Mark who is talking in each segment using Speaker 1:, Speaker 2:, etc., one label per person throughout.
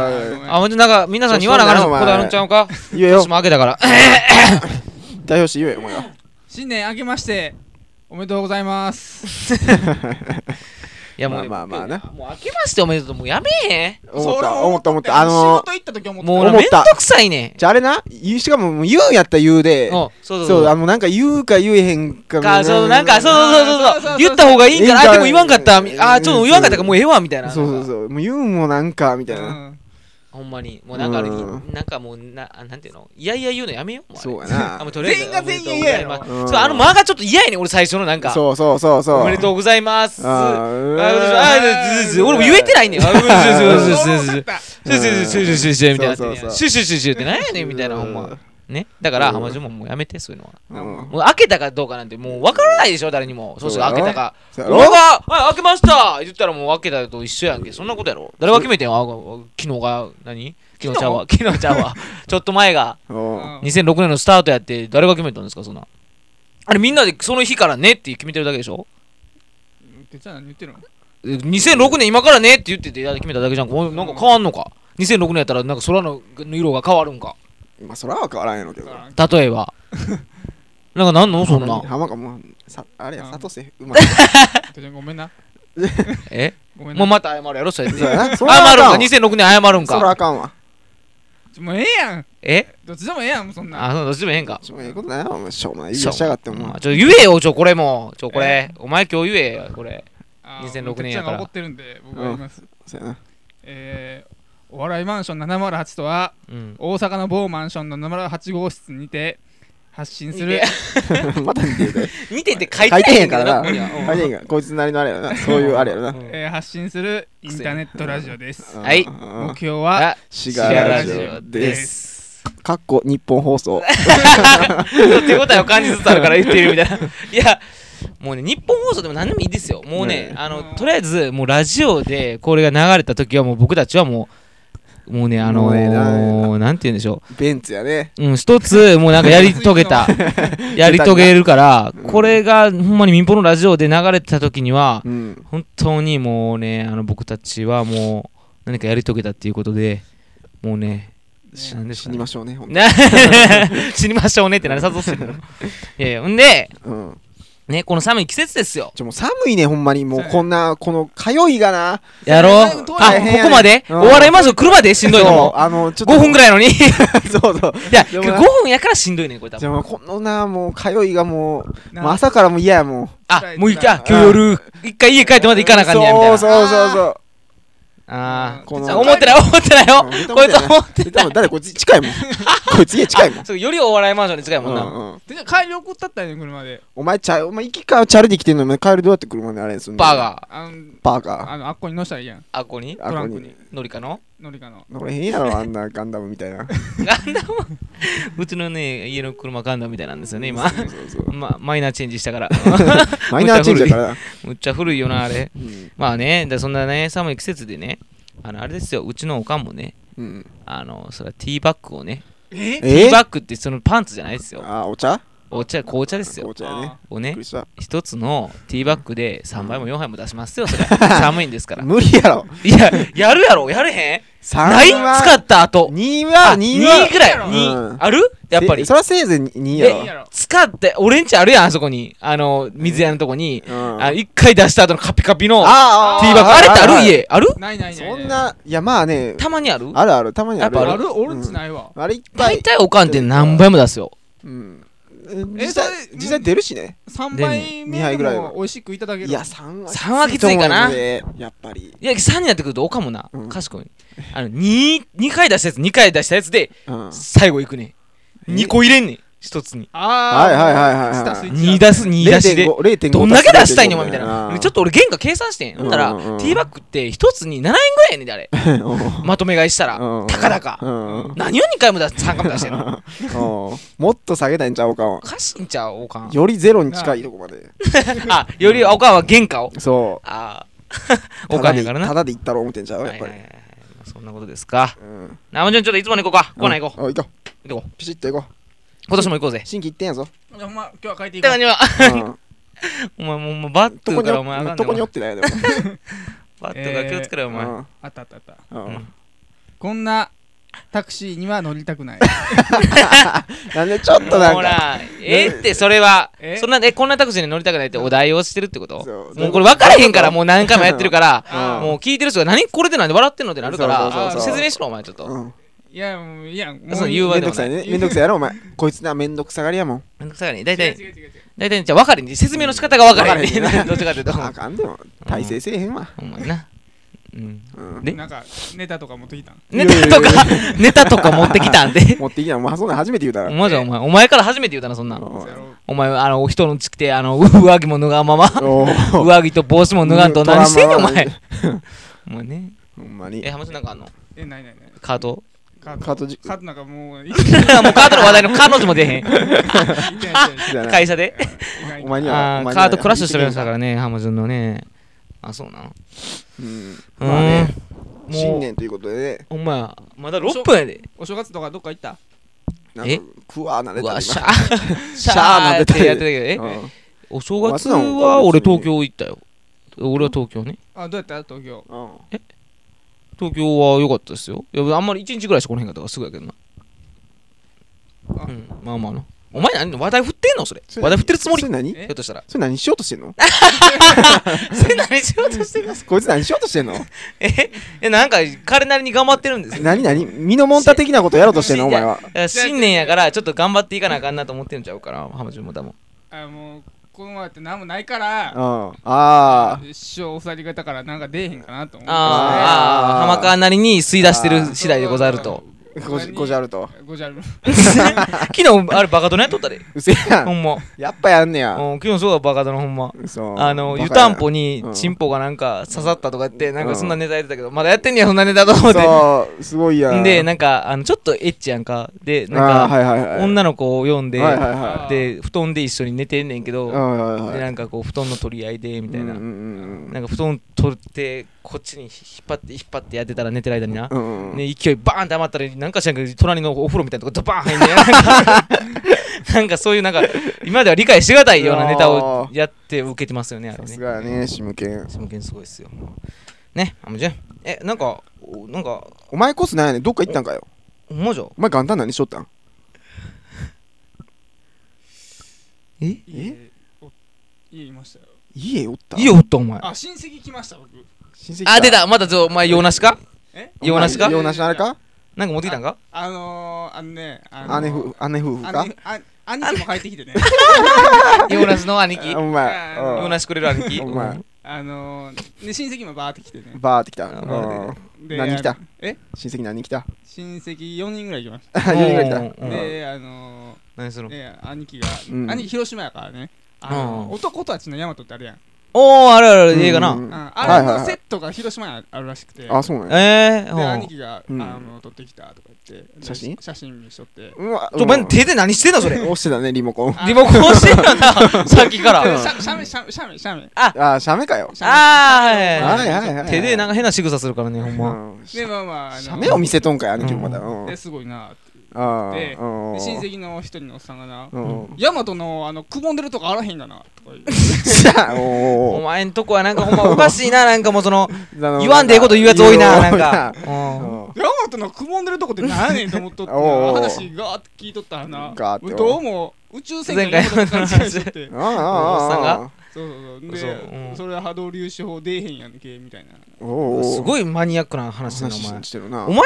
Speaker 1: なんか皆さんに言わなあかん
Speaker 2: そうそう
Speaker 1: ことあるんちゃうか
Speaker 2: 言えよ
Speaker 1: 私も開けた から。
Speaker 2: 代表して言えよお前が
Speaker 3: 新年明けましておめでとうございます
Speaker 1: いやもう、
Speaker 2: まあまあまあね
Speaker 1: もう開けましておめでとう。もうやめえ
Speaker 2: 思っ
Speaker 3: そ
Speaker 2: た
Speaker 3: れ
Speaker 2: 思った思ったあの
Speaker 3: 仕事行った時思った
Speaker 1: もうな
Speaker 2: 思
Speaker 1: めん
Speaker 2: った
Speaker 1: どくさいね
Speaker 2: じゃああれな言うしかももう言うんやったら言うで
Speaker 1: ん。おそうそう
Speaker 2: そう
Speaker 1: そ
Speaker 2: あ
Speaker 1: う。
Speaker 2: のなんか言うか言えへんか
Speaker 1: かそうなんかそうそうそう
Speaker 3: そ
Speaker 1: そう
Speaker 3: そうそう
Speaker 1: う言った方がいいんか
Speaker 2: いいんか
Speaker 1: なあでも言わんかったあ
Speaker 2: うん
Speaker 1: ーちょっと言わんかったからもうええわみたいな
Speaker 2: そうそうそうもう言うんもなんかみたいな、
Speaker 3: うん
Speaker 1: ほんまにもうなんかあれ
Speaker 2: うん
Speaker 1: なんかもうなあなんていうのいやいや言うのやめようもうあれ
Speaker 2: そうやな
Speaker 1: あもうとりあえず
Speaker 3: 全員が全員
Speaker 1: おめでとうございます
Speaker 2: 嫌やろ
Speaker 1: そうあの間がちょっと嫌やねん俺最初のなんか
Speaker 2: そうそうそうそう
Speaker 1: おめでとうございます
Speaker 2: あーう
Speaker 1: あ
Speaker 2: ん
Speaker 1: あずずず俺も言えてないねん。あ
Speaker 3: そう
Speaker 1: ずず
Speaker 3: そう
Speaker 1: ずず
Speaker 3: そ
Speaker 1: ず
Speaker 3: うだった
Speaker 1: シュシュシュシュシュシュみたいな。シ
Speaker 2: そう
Speaker 1: ュ
Speaker 2: そうそう
Speaker 1: シュシュシュってなんやねんみたいな、
Speaker 2: うん
Speaker 1: ほんま。ね。だから、
Speaker 2: うん
Speaker 1: 浜城ももうやめて、そういうのは。
Speaker 2: うん
Speaker 1: もう開けたかどうかなんて、もう分からないでしょ、誰にも。そうする
Speaker 2: そう
Speaker 1: 開け
Speaker 2: だ
Speaker 1: た
Speaker 2: ろ
Speaker 1: か。
Speaker 2: そうやろ
Speaker 1: 俺が、はい、開けました言ったらもう開けたと一緒やんけ。そんなことやろ。誰が決めてんあ昨日が、何昨日ちゃうわ。昨日ちゃうわ。ちょっと前が、
Speaker 2: うん
Speaker 3: うん
Speaker 1: 2006年のスタートやって、誰が決めたんですか、そんな。あれみんなでその日からねって決めてるだけでしょ
Speaker 3: てっちゃん何言ってるの
Speaker 1: 2006年今からねって言ってて決めただけじゃんおいなんか変わんのか2006年やったらなんか空の色が変わるんか
Speaker 2: まあそれは変わらんやろうけど
Speaker 1: 例えば なんか なんのそんな
Speaker 2: 浜かもうさあれや
Speaker 3: うん
Speaker 2: 佐藤瀬うまい
Speaker 3: てっちゃんごめんな
Speaker 1: え
Speaker 3: ごめん
Speaker 1: も
Speaker 3: な
Speaker 1: うまた謝るやろそうやって
Speaker 2: そう
Speaker 1: 謝
Speaker 2: や
Speaker 1: るん か
Speaker 2: なそらあかんわ
Speaker 1: 2006年謝るん
Speaker 2: そら
Speaker 1: か
Speaker 2: あかんわ
Speaker 3: もうええやん
Speaker 1: え
Speaker 3: どっちでもええやんもうそんな
Speaker 1: あそうどっちでもええんか
Speaker 2: しょうもないことないなお前しょうもない言い出しやがっても
Speaker 1: まあ
Speaker 2: う
Speaker 1: ちょ言えよちょこれもちょこれお前今日言えよこれ
Speaker 3: あ
Speaker 1: 2006
Speaker 3: てっ
Speaker 1: 年
Speaker 3: ちゃ
Speaker 1: や
Speaker 3: ん
Speaker 1: か
Speaker 3: が
Speaker 1: ら
Speaker 3: 怒ってるんで僕が言います
Speaker 2: そうやな
Speaker 3: えーお笑いマンション708とは
Speaker 1: うん
Speaker 3: 大阪の某マンションの708号室にて発信する
Speaker 1: いや
Speaker 2: また見てる
Speaker 1: 見てて書いて
Speaker 2: 書いて
Speaker 1: へ
Speaker 2: へ
Speaker 1: ん
Speaker 2: ん
Speaker 1: か
Speaker 2: か
Speaker 1: な
Speaker 2: ららな
Speaker 1: ここには
Speaker 2: 書いてへんからこいつなりのあれやなそういうあれやな
Speaker 1: うん
Speaker 3: えー発信するインターネットラジオです。
Speaker 2: うん
Speaker 1: はい
Speaker 2: うん
Speaker 3: 目標は
Speaker 1: あ
Speaker 2: シ
Speaker 1: シガ
Speaker 2: ガ
Speaker 1: ラ
Speaker 2: ラ
Speaker 1: ジ
Speaker 2: ジ
Speaker 1: オ
Speaker 2: オ
Speaker 1: で
Speaker 2: で
Speaker 1: す
Speaker 2: すかっこ日本放送
Speaker 1: 手応えを感じつつあるから言ってるみたいな。 いや、もうね、日本放送でも何でもいいですよ。もうね
Speaker 2: ね、え
Speaker 1: あの、とりあえず、もうラジオでこれが流れた時は、もう僕たちはもう、もうね、あの
Speaker 2: もうね
Speaker 1: ー、
Speaker 2: な
Speaker 1: なんて言うんでしょ
Speaker 2: ベンツやね
Speaker 1: う。うん、一つ、もうなんかやり遂げ た、やり遂げるから、これがほんまに民放のラジオで流れてた時には、
Speaker 2: うん
Speaker 1: 本当にもうね、あの、僕たちはもう、何かやり遂げたっていうことで、もうね、
Speaker 2: し
Speaker 1: なんです
Speaker 2: 死
Speaker 1: かね
Speaker 2: にましょうねほんと
Speaker 1: な 死にましょうねって何誘って んのいやいや、ほんで、
Speaker 2: うん
Speaker 1: ね、この寒い季節ですよ。
Speaker 2: ちょもう寒いねほんまにも
Speaker 3: そう
Speaker 2: う
Speaker 3: やね
Speaker 2: こんなこの通いがな
Speaker 1: やろう
Speaker 3: それ遠い
Speaker 1: あ、
Speaker 2: 大変やね
Speaker 1: ここまで
Speaker 2: う
Speaker 1: お
Speaker 2: ん
Speaker 1: 笑いマンション車でしんどいの
Speaker 2: そう
Speaker 1: も
Speaker 2: あのちょっと
Speaker 1: 5分ぐ
Speaker 2: ら
Speaker 1: らいのに。 い
Speaker 2: いそうそう
Speaker 1: や、
Speaker 2: でもな
Speaker 1: 5分やからしんどいねん、これ多
Speaker 2: じ
Speaker 1: 分。
Speaker 2: ゃあもうこのなもう通いがもう
Speaker 3: な
Speaker 2: もう朝からもう嫌やもう
Speaker 1: あ、もういいか、
Speaker 2: うん
Speaker 1: 今日夜、一回家帰ってまた行かなあかんねや、みたいな。
Speaker 2: そうそうそうそう
Speaker 1: あ
Speaker 2: こ
Speaker 1: ー、
Speaker 2: の
Speaker 1: 思ってない、思ってないよ
Speaker 2: うん。
Speaker 1: こいつ思って
Speaker 2: でも誰こいつ近 いもんこいつ家近いもん
Speaker 1: そうよりお笑いマンションに近いもんな。
Speaker 2: うんうん
Speaker 3: てっちゃん帰り送ったったんやね車で。
Speaker 2: お前ちゃお前行きかチャリで来てんのにお前帰りどうやって車であれにすんの
Speaker 1: バーガー、
Speaker 3: あの
Speaker 2: バーガー
Speaker 3: あのあっこに乗したらいいやん
Speaker 1: あっこに、
Speaker 2: あ
Speaker 3: トラ
Speaker 2: こ
Speaker 3: ンク
Speaker 2: に
Speaker 3: に
Speaker 1: のりかの。
Speaker 3: 乗りかの。
Speaker 2: 乗れへんやろあんなガンダムみたい な
Speaker 1: ガンダム。うちのね、家の車ガンダムみたいなんですよね、今。
Speaker 2: そうそうそう
Speaker 1: ま、マイナーチェンジしたから。
Speaker 2: マイナーチェンジ だからな
Speaker 1: むっちゃ古いよな、あれ。
Speaker 2: うん
Speaker 1: まあね、でそんなね、寒い季節でね、あの、あれですよ、うちのおかんもね、
Speaker 2: うん
Speaker 1: あの、それはティーバッグをね、
Speaker 3: え
Speaker 1: ティ
Speaker 2: え
Speaker 1: ーバッグってそのパンツじゃないですよ。
Speaker 2: あお茶
Speaker 1: お茶、紅茶ですよ
Speaker 2: 紅。茶やね
Speaker 1: を
Speaker 2: びっ
Speaker 1: ね
Speaker 2: くり、した
Speaker 1: 一つのティーバッグで3杯も4杯も出しますよ、それ。寒いんです から。
Speaker 2: 無理やろ
Speaker 1: いや、やるやろ、やれへん
Speaker 2: 3
Speaker 1: ない使った後。
Speaker 2: 2
Speaker 1: あ
Speaker 2: は
Speaker 1: 2
Speaker 2: 2
Speaker 1: ぐらい。
Speaker 3: うん
Speaker 1: 2。あるやっぱり
Speaker 2: そ。れはせいぜい2
Speaker 3: い
Speaker 2: や
Speaker 3: い
Speaker 2: ろ
Speaker 3: やろ。
Speaker 1: 使って、俺んちあるやん、あそこに。あの、水屋のとこに。
Speaker 2: うん
Speaker 1: あ1回出した後のカピカピのテ
Speaker 2: あ
Speaker 1: ィーバッグ。あれってある
Speaker 2: い
Speaker 1: 家。ある
Speaker 3: ないないない。
Speaker 2: そん。ないやまあね
Speaker 1: たまにある
Speaker 2: あるあるたまにある
Speaker 1: やっぱ
Speaker 3: ある俺んち
Speaker 2: い
Speaker 3: ないわ。
Speaker 2: あれいっぱ
Speaker 1: 大
Speaker 2: い
Speaker 1: 体おかんって何倍も出すよ。
Speaker 2: うん
Speaker 3: え
Speaker 2: 実際
Speaker 3: それ
Speaker 2: 実際出るしね
Speaker 3: 三杯
Speaker 2: 二杯
Speaker 3: 目
Speaker 2: ぐらいは
Speaker 3: も美味しくいただける。
Speaker 2: いや、3は
Speaker 1: 三はきついかな
Speaker 2: と思うのでやっぱり。
Speaker 1: いや、3になってくるとおかんもな
Speaker 2: うん、
Speaker 1: 賢い。あの、2、二回出したやつ、2回出したやつで、
Speaker 2: うん。
Speaker 1: 最後いくね。
Speaker 2: え
Speaker 1: 2個入れんねん、1つに。
Speaker 3: あー
Speaker 2: はいはいはいはいはい
Speaker 3: スタスイッチだ
Speaker 1: 2出す、2出しで。
Speaker 2: 0.5
Speaker 1: どんだけ出したいねん、お前みたいな。ちょっ
Speaker 2: と。
Speaker 1: と俺、原価計算してん。ほんなら、
Speaker 2: う
Speaker 1: テ
Speaker 2: んうんうん
Speaker 1: ィーバッグって1つに7円ぐらいやねんで、あれ。まとめ買いしたら
Speaker 2: うん、
Speaker 1: たかだか。
Speaker 2: うん
Speaker 1: 何を2回も出す、3回も出してんの。
Speaker 2: うんもっと下げたいんちゃうおかんは
Speaker 1: お。かしいんちゃう、おかん。
Speaker 2: よりゼロに近いとこまで。
Speaker 1: あ、よりおかんは原価を。
Speaker 2: そ
Speaker 1: あ
Speaker 2: う。
Speaker 1: あ、 おかんやからな。
Speaker 2: ただで行ったろ思ってんちゃう
Speaker 1: は
Speaker 2: やっ
Speaker 1: い
Speaker 2: ぱ
Speaker 1: はい
Speaker 2: り
Speaker 1: は。いそんなことですか。
Speaker 2: うん。
Speaker 1: なまちゃん、ちょっといつもの行こうか。コーナー行こ
Speaker 2: うん。あ行こ
Speaker 1: う。行こう
Speaker 2: う。ピシッと行こう。
Speaker 1: 今年も行こうぜ。
Speaker 2: 新規行ってん やぞ。
Speaker 3: いやほんま今日は帰っていこ
Speaker 1: だか
Speaker 3: う。
Speaker 1: ら
Speaker 2: うん
Speaker 1: お前もうもうバット
Speaker 2: とこに
Speaker 1: から
Speaker 2: よ
Speaker 1: お前あかん
Speaker 2: と
Speaker 1: で
Speaker 2: こに
Speaker 1: お
Speaker 2: 寄
Speaker 1: 前
Speaker 2: ってないよでも
Speaker 1: バットが気をつけろよお前
Speaker 2: うん
Speaker 3: あったあったあった。
Speaker 2: うん
Speaker 1: うん
Speaker 3: こんなタクシーには乗りたくない。
Speaker 2: なんでちょっとなん
Speaker 1: ほ
Speaker 2: から
Speaker 1: ええってそれは
Speaker 3: え
Speaker 1: そんなえこんなタクシーに乗りたくないってお題をしてるってこと
Speaker 2: そう
Speaker 1: もうこれ分からへんからもう何回もやってるから
Speaker 3: あー
Speaker 1: もう聞いてる人が何これでなんで笑ってんのってなるから
Speaker 2: そうそう
Speaker 3: そうそう
Speaker 1: あー説明しろお前ちょっと
Speaker 2: うん
Speaker 3: いや、もういや、も
Speaker 1: そうう言うわ
Speaker 2: めん
Speaker 1: で
Speaker 2: ど
Speaker 1: もな
Speaker 2: くさ
Speaker 1: い
Speaker 2: いねめんどくさいやろお前こいつなめんどくさがりやもん
Speaker 1: めんどくさいからね大
Speaker 3: 違う
Speaker 1: 体
Speaker 3: 違う違う違う。
Speaker 1: 大体じゃあ分かれへん説明の仕方が分からへん
Speaker 2: 分からへん
Speaker 1: ね
Speaker 2: な
Speaker 1: どっちかっていうと
Speaker 2: あかんでも大成せえへんわ
Speaker 1: ほんまになうん
Speaker 2: うん
Speaker 1: で
Speaker 3: なんかネタとか持ってきたん
Speaker 1: ネタとかネタとか持ってきたんで
Speaker 2: 持っていきなお前そんなん初めて言うた
Speaker 1: お
Speaker 2: ら
Speaker 1: 前じゃお前お前から初めて言うたなそんなん
Speaker 2: おい
Speaker 3: そやろ
Speaker 1: お前あの人のつきてあの上着も脱がんまま
Speaker 2: おー
Speaker 1: 上着と帽子も脱がんと何してんねんお前お前ね
Speaker 2: ほんまに
Speaker 1: え、ハムスなんかあんの
Speaker 3: え、ないないない。
Speaker 1: カート
Speaker 3: カ
Speaker 2: カートじ
Speaker 3: カートなんかもう、いい
Speaker 1: もうカートの話題の彼女も出へん
Speaker 3: いやいやいや
Speaker 2: じゃない
Speaker 1: 会社で
Speaker 3: 意外
Speaker 2: お
Speaker 3: に
Speaker 2: 前には
Speaker 1: あ
Speaker 2: お
Speaker 1: ー
Speaker 2: 前に
Speaker 1: カ
Speaker 2: は
Speaker 1: ートクラッシュしてるやつだからねハムズンのねあそうなの
Speaker 2: うん
Speaker 1: う
Speaker 2: まあ
Speaker 1: ーん
Speaker 2: ね
Speaker 1: もう
Speaker 2: 新年ということでね
Speaker 1: お前まだ6分やで
Speaker 3: お正月とかどっか行った
Speaker 2: なんか
Speaker 1: え
Speaker 2: くわーなれ
Speaker 1: う
Speaker 2: た
Speaker 1: わ
Speaker 2: 今
Speaker 1: シャーシ
Speaker 2: シ
Speaker 1: ャー
Speaker 2: ャー
Speaker 1: な
Speaker 2: なんん
Speaker 1: て
Speaker 2: て
Speaker 1: やってたけど
Speaker 2: う
Speaker 1: え
Speaker 2: ん
Speaker 1: お正月は俺東京行ったよ俺は東京ね
Speaker 3: あ、どうやった東京。
Speaker 2: うん
Speaker 1: 東京は良かったですよいやあんまり1日ぐらいしか来れへんかったからすぐやけどな
Speaker 3: あ
Speaker 1: うんまあまあなお前何話題振ってんのそれ
Speaker 2: それ
Speaker 1: 話題振ってるつもり
Speaker 2: そ
Speaker 1: ひ
Speaker 2: れ何
Speaker 3: え
Speaker 1: ょっとしたら
Speaker 2: それ何しようとしてんの
Speaker 1: それ何しようとしてん の
Speaker 2: こいつ何しようとして んの
Speaker 1: ええなんか彼なりに頑張ってるん ですよ
Speaker 2: 何何身のもんた的なことやろうとしてんのお前は
Speaker 1: だから新年やからちょっと頑張っていかなあかんなと思ってんちゃうから浜中も多分
Speaker 3: あ、もう、この前って何もないから
Speaker 2: う、んあ
Speaker 3: 一生お二人方からなんか出えへんかなと思って。
Speaker 1: あーあー浜川なりに吸い出してる次第でござる と
Speaker 2: あこじこじゃると
Speaker 3: あ。ごじゃる。
Speaker 1: 昨日あれバカ殿やっとったで
Speaker 2: うせや
Speaker 1: ほ
Speaker 2: ん
Speaker 1: んま
Speaker 2: やっぱやんねや
Speaker 1: うん昨日そうだバカ殿ほんま
Speaker 2: そう
Speaker 1: あの
Speaker 2: バカや
Speaker 1: 湯たんぽに
Speaker 2: うん
Speaker 1: チンポがなんか刺さったとか言ってなん
Speaker 2: う
Speaker 1: か
Speaker 2: ん
Speaker 1: そんなネタやってたけどまだやってんねやそんなネタと思って
Speaker 2: そうすごいやん
Speaker 1: でなんかあのちょっとエッチやんかで
Speaker 2: あ
Speaker 1: なん
Speaker 2: ー
Speaker 1: か
Speaker 2: はいはいはい
Speaker 1: 女の子を呼んで
Speaker 2: はいはいは
Speaker 1: で布団で一緒に寝てんねんけ
Speaker 2: い
Speaker 1: ど
Speaker 2: はいはいはい
Speaker 1: でなんかこう布団の取り合いでみたいな
Speaker 2: うんうん
Speaker 1: なんか布団取ってこっちに引っ張って引っ張ってやってたら寝てる間にな、
Speaker 2: うんうんうん
Speaker 1: ね、勢いバーンって余ったらなんか知らんけど隣のお風呂みたいなとこドバーン入んね なんかなんかそういうなんか今では理解しがたいようなネタをやって受けてますよねあれ
Speaker 2: さ
Speaker 1: ね
Speaker 2: すがやねシムケン
Speaker 1: シムケンすごいっすよねあむじゃんえなんかおなんか
Speaker 2: お前こそなんやねんどっか行ったんかよ
Speaker 1: おもじゃ
Speaker 2: お前元旦何しとったん
Speaker 1: え
Speaker 3: え家いましたよ。
Speaker 2: 家おった
Speaker 1: いいよおったお前
Speaker 3: あ、親戚来ました、僕。
Speaker 2: 親戚
Speaker 1: あ出たまたちょお前用なしか
Speaker 3: え
Speaker 1: 用なしか
Speaker 2: 用なしのあれか
Speaker 1: なんか持ってきたんか
Speaker 3: あのー、あのね、あのー
Speaker 2: 姉夫姉夫婦か
Speaker 3: 姉あ兄貴も帰ってきてね。
Speaker 1: 用なしの兄貴
Speaker 2: あお前
Speaker 3: あ
Speaker 1: 用
Speaker 2: うん
Speaker 1: なしくれる兄貴
Speaker 2: お前
Speaker 1: うん
Speaker 3: あのー、で、親戚もバーって来てね。
Speaker 2: バーってきた
Speaker 1: あ
Speaker 2: うん
Speaker 3: で
Speaker 2: 何来た
Speaker 3: あのえ
Speaker 2: 親戚何人来た
Speaker 3: 親戚4人ぐらい来まし
Speaker 2: 4人 ぐらい来た
Speaker 1: う
Speaker 3: た。
Speaker 1: ん
Speaker 3: で、あの
Speaker 1: 何する
Speaker 3: ー、
Speaker 1: の
Speaker 3: ね、兄貴が、
Speaker 2: うん
Speaker 3: 兄貴広島やからね。あの
Speaker 1: うん
Speaker 3: 男たちのヤマトってあるやん。
Speaker 1: おーあるある映画な、
Speaker 2: うんうんは
Speaker 3: あ
Speaker 2: い
Speaker 3: あれ
Speaker 2: はいは
Speaker 3: の
Speaker 2: い
Speaker 3: セットが広島にあるらしくて。
Speaker 2: あそうなんや
Speaker 1: ええ
Speaker 3: で、
Speaker 1: ー、う
Speaker 3: 兄
Speaker 1: ん
Speaker 3: 貴が、
Speaker 2: うん
Speaker 3: あの撮ってきたとか言ってで
Speaker 2: 写真
Speaker 3: 写真見しとって
Speaker 2: うわ
Speaker 1: ちょ、お前手で何してんのそれ。
Speaker 2: 押してたねリモコン
Speaker 3: あ
Speaker 1: リモコン押してんのな、 さっきから。
Speaker 3: で
Speaker 1: あ
Speaker 2: ん
Speaker 3: シャシャメシャメシャメシャメ
Speaker 2: あーシャメかよ
Speaker 3: シャメ
Speaker 1: ー、は
Speaker 2: はいい
Speaker 1: は
Speaker 2: はいはい
Speaker 1: い。手でなんか変な仕草するからね、ほんま。
Speaker 2: うんシ
Speaker 3: でまあまああの
Speaker 2: ャメを見せとんかや兄貴もまだうん
Speaker 3: えすごいなって
Speaker 2: あ
Speaker 3: で
Speaker 2: ーうん
Speaker 3: で親戚の一人のおっさんがな
Speaker 2: うん
Speaker 3: ヤマトのあのくぼんでるとこあらへんがなとか 言う
Speaker 2: じゃあ
Speaker 1: お
Speaker 2: おーお
Speaker 1: 前んとこはなんかほんまおかしいな、なんかもうその、
Speaker 2: ーあの
Speaker 1: 言わんでええこと言うやつ多いな、なんか。
Speaker 2: う
Speaker 1: うん
Speaker 2: ん
Speaker 3: ヤマトのくぼんでるとこって何やねんと思っとって
Speaker 2: おうおう
Speaker 3: 話ガーって聞いとったらな
Speaker 2: ガーって
Speaker 3: どうも宇宙船がヤマトの勘違いしとって
Speaker 2: あーあーあー
Speaker 3: そうそうそう
Speaker 1: そう
Speaker 3: で
Speaker 1: うん
Speaker 3: それは波動粒子法出えへんやんけみたいな
Speaker 2: おーお
Speaker 1: す
Speaker 2: い
Speaker 1: ごいマニアックな話だな、お
Speaker 2: 話
Speaker 1: 前。
Speaker 2: してるな
Speaker 1: お前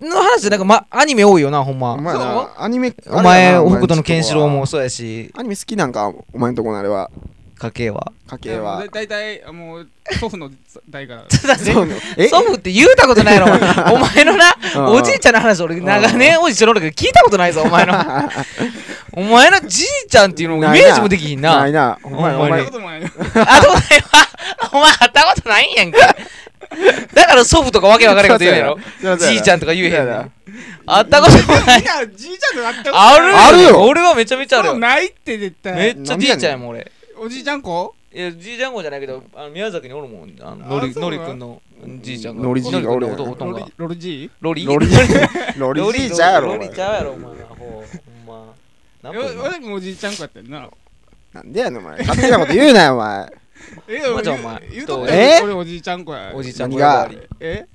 Speaker 1: の話でなんか、ま、アニメ多いよな、ほん
Speaker 2: お前
Speaker 1: ま。
Speaker 2: なアニメ
Speaker 1: お前、
Speaker 2: あれやな
Speaker 1: 北斗のケンシロウ
Speaker 2: お前ん
Speaker 1: も
Speaker 2: ち
Speaker 1: そうやし
Speaker 2: とこ、はアニメ好きなんかお前んとこのあれは
Speaker 1: 家計 は。
Speaker 2: 家
Speaker 3: い
Speaker 2: 計
Speaker 3: やもう
Speaker 2: は
Speaker 3: だ大体もう祖父の代から
Speaker 2: そうねえ
Speaker 1: 祖父って言うたこと ないやろ、お前お前のな、
Speaker 2: うん
Speaker 1: おじいちゃんの話、俺、長年おじいちゃんのけど聞いたことないぞ、お 前の。お前のじいちゃんっていうのもイメージもできひんな。
Speaker 2: ないなお前
Speaker 1: ほ
Speaker 2: お
Speaker 1: んま
Speaker 3: そんな
Speaker 1: に
Speaker 2: 前
Speaker 3: こともないよ
Speaker 1: あ、どうだよ。お前、会ったことないんやんか。だから祖父とかわけわからんこと言うやろ。じいちゃんとか言えへんねん
Speaker 2: そうやな
Speaker 1: 会ったこともない
Speaker 3: みん。なじいちゃんとなったこと
Speaker 1: ある
Speaker 2: あるよ
Speaker 1: 俺はめちゃめちゃある
Speaker 3: そう
Speaker 1: よ。
Speaker 3: ないって絶
Speaker 1: め
Speaker 3: 対
Speaker 1: っちゃじいちゃんやもん、俺。
Speaker 3: おじいちゃん子
Speaker 1: いや、じいちゃん子じゃないけど、あの宮崎におるもん。あの
Speaker 3: あ
Speaker 1: のり、
Speaker 3: そう
Speaker 1: の
Speaker 3: な
Speaker 1: り
Speaker 3: の
Speaker 1: くんのじいちゃんが。
Speaker 2: のりじいがおるやん
Speaker 1: のりくんの弟が。
Speaker 3: ロリジ
Speaker 1: ロリ
Speaker 2: ロリロリじいちゃんやろ
Speaker 1: ロ
Speaker 2: お
Speaker 1: リ
Speaker 2: 前
Speaker 1: ちゃうやろ、お前な。ほうほんま。なんぼ今
Speaker 3: 俺もおじいちゃん子やったよな
Speaker 2: なんでやねんお前勝手なこと言うなよお前
Speaker 3: え
Speaker 1: まあじゃあ
Speaker 3: 言う
Speaker 1: お前
Speaker 3: 言うとっ
Speaker 2: え
Speaker 3: たよ俺おじいちゃん子や
Speaker 1: おじいちゃん子
Speaker 2: 何が
Speaker 1: 呼ばわり
Speaker 3: え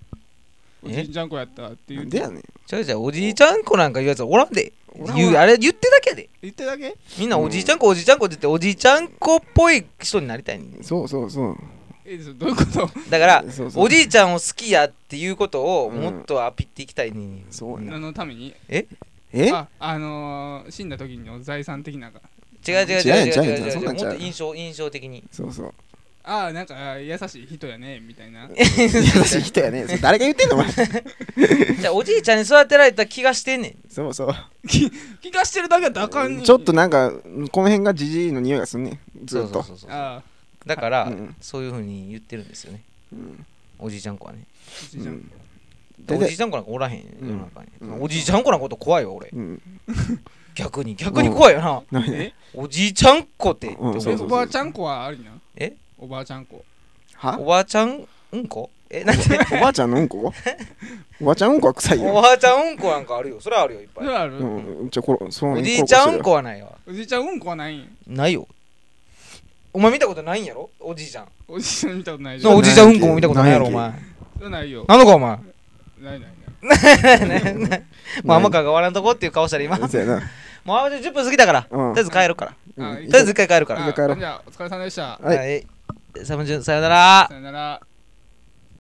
Speaker 3: おじいちゃん子やったって
Speaker 2: な
Speaker 3: 言うん
Speaker 2: でやねん。
Speaker 1: ちゃうちゃうおじいちゃん子なんか言うやつおらんで
Speaker 3: おらん
Speaker 1: 言うあれ言ってだけやで
Speaker 3: 言ってだけ
Speaker 1: みんなおじいちゃん子おじいちゃん子って言っておじいちゃん子っぽい人になりたいねん
Speaker 2: そうそうそう。
Speaker 3: えそどういうこと
Speaker 1: だから
Speaker 2: そうそう
Speaker 1: おじいちゃんを好きやっていうことを
Speaker 2: うん
Speaker 1: もっとアピっていきたいねん
Speaker 2: そうやな
Speaker 3: 何のために
Speaker 2: え
Speaker 3: ああのー、死んだ時の財産的なんか
Speaker 1: 違う違う違う違う
Speaker 2: 違う
Speaker 1: 違
Speaker 2: 違う
Speaker 1: う違
Speaker 2: そ
Speaker 1: うんも
Speaker 2: な
Speaker 1: っ
Speaker 2: んちゃう
Speaker 1: と印象印象的に
Speaker 2: そうそう。
Speaker 3: ああなんか優しい人やねみたいな
Speaker 2: 優しい人やねん。それ誰が言ってんのお前。
Speaker 1: じゃあおじいちゃんに育てられた気がしてんねん
Speaker 2: そうそう。
Speaker 3: 聞かしてるだけだったらあかんねん
Speaker 2: ちょっとなんか、この辺がジジイの匂いがすんねん。ずっ
Speaker 1: そう
Speaker 2: と。
Speaker 1: そうそうそう
Speaker 3: ああ
Speaker 1: だから、
Speaker 2: うん
Speaker 1: そういうふうに言ってるんですよね
Speaker 2: うん
Speaker 1: おじいちゃん子はね
Speaker 3: おじいちゃん、
Speaker 2: うん
Speaker 1: で
Speaker 2: 大
Speaker 1: おじい
Speaker 2: 体
Speaker 1: ちゃん子なんかおらへん、
Speaker 2: うん
Speaker 1: 世の中に、
Speaker 2: うん
Speaker 1: おじいちゃん子なんかこと怖いわ俺
Speaker 2: うん。
Speaker 1: 逆に逆に怖いよな、
Speaker 2: 何
Speaker 3: え
Speaker 1: おじいちゃん子ってって思う、
Speaker 2: うんそうそうそう
Speaker 3: おばあちゃん子はありな
Speaker 1: え
Speaker 3: おばあちゃん子
Speaker 1: お
Speaker 2: は
Speaker 1: ばあちゃんうんこえなんて
Speaker 2: おばあちゃんのう んこおばあちゃんうんこは臭い
Speaker 1: お
Speaker 2: よ。
Speaker 1: ばあちゃんうんこなんかあるよそれはあるよいっぱ
Speaker 3: それ
Speaker 1: い
Speaker 3: はある、
Speaker 2: うん。ちょ、これ、その
Speaker 1: お
Speaker 2: 辺
Speaker 1: じいちゃんう
Speaker 2: 転
Speaker 1: ん
Speaker 2: がしてる
Speaker 1: こはないわ
Speaker 3: おじいちゃんうんこはないん
Speaker 1: ないよお前見たことないんやろおじいちゃん
Speaker 3: おじいちゃん見たことない
Speaker 1: そのおじいちゃんうんこも見たことないやろお
Speaker 2: ない
Speaker 1: 前
Speaker 3: それないよ
Speaker 1: なんだかお前
Speaker 3: ないない
Speaker 1: まああんま関わらんとこっていう顔したら今もう
Speaker 2: そうや な。
Speaker 1: あと10分過ぎたからと
Speaker 2: うん
Speaker 1: りあえず帰るからと
Speaker 2: うん
Speaker 3: あ
Speaker 1: りあえず一回帰るか
Speaker 3: ない
Speaker 1: ら
Speaker 2: 一回帰ろう
Speaker 3: あじゃあお疲れ様でした
Speaker 2: はい
Speaker 1: はいさよなら
Speaker 3: さよなら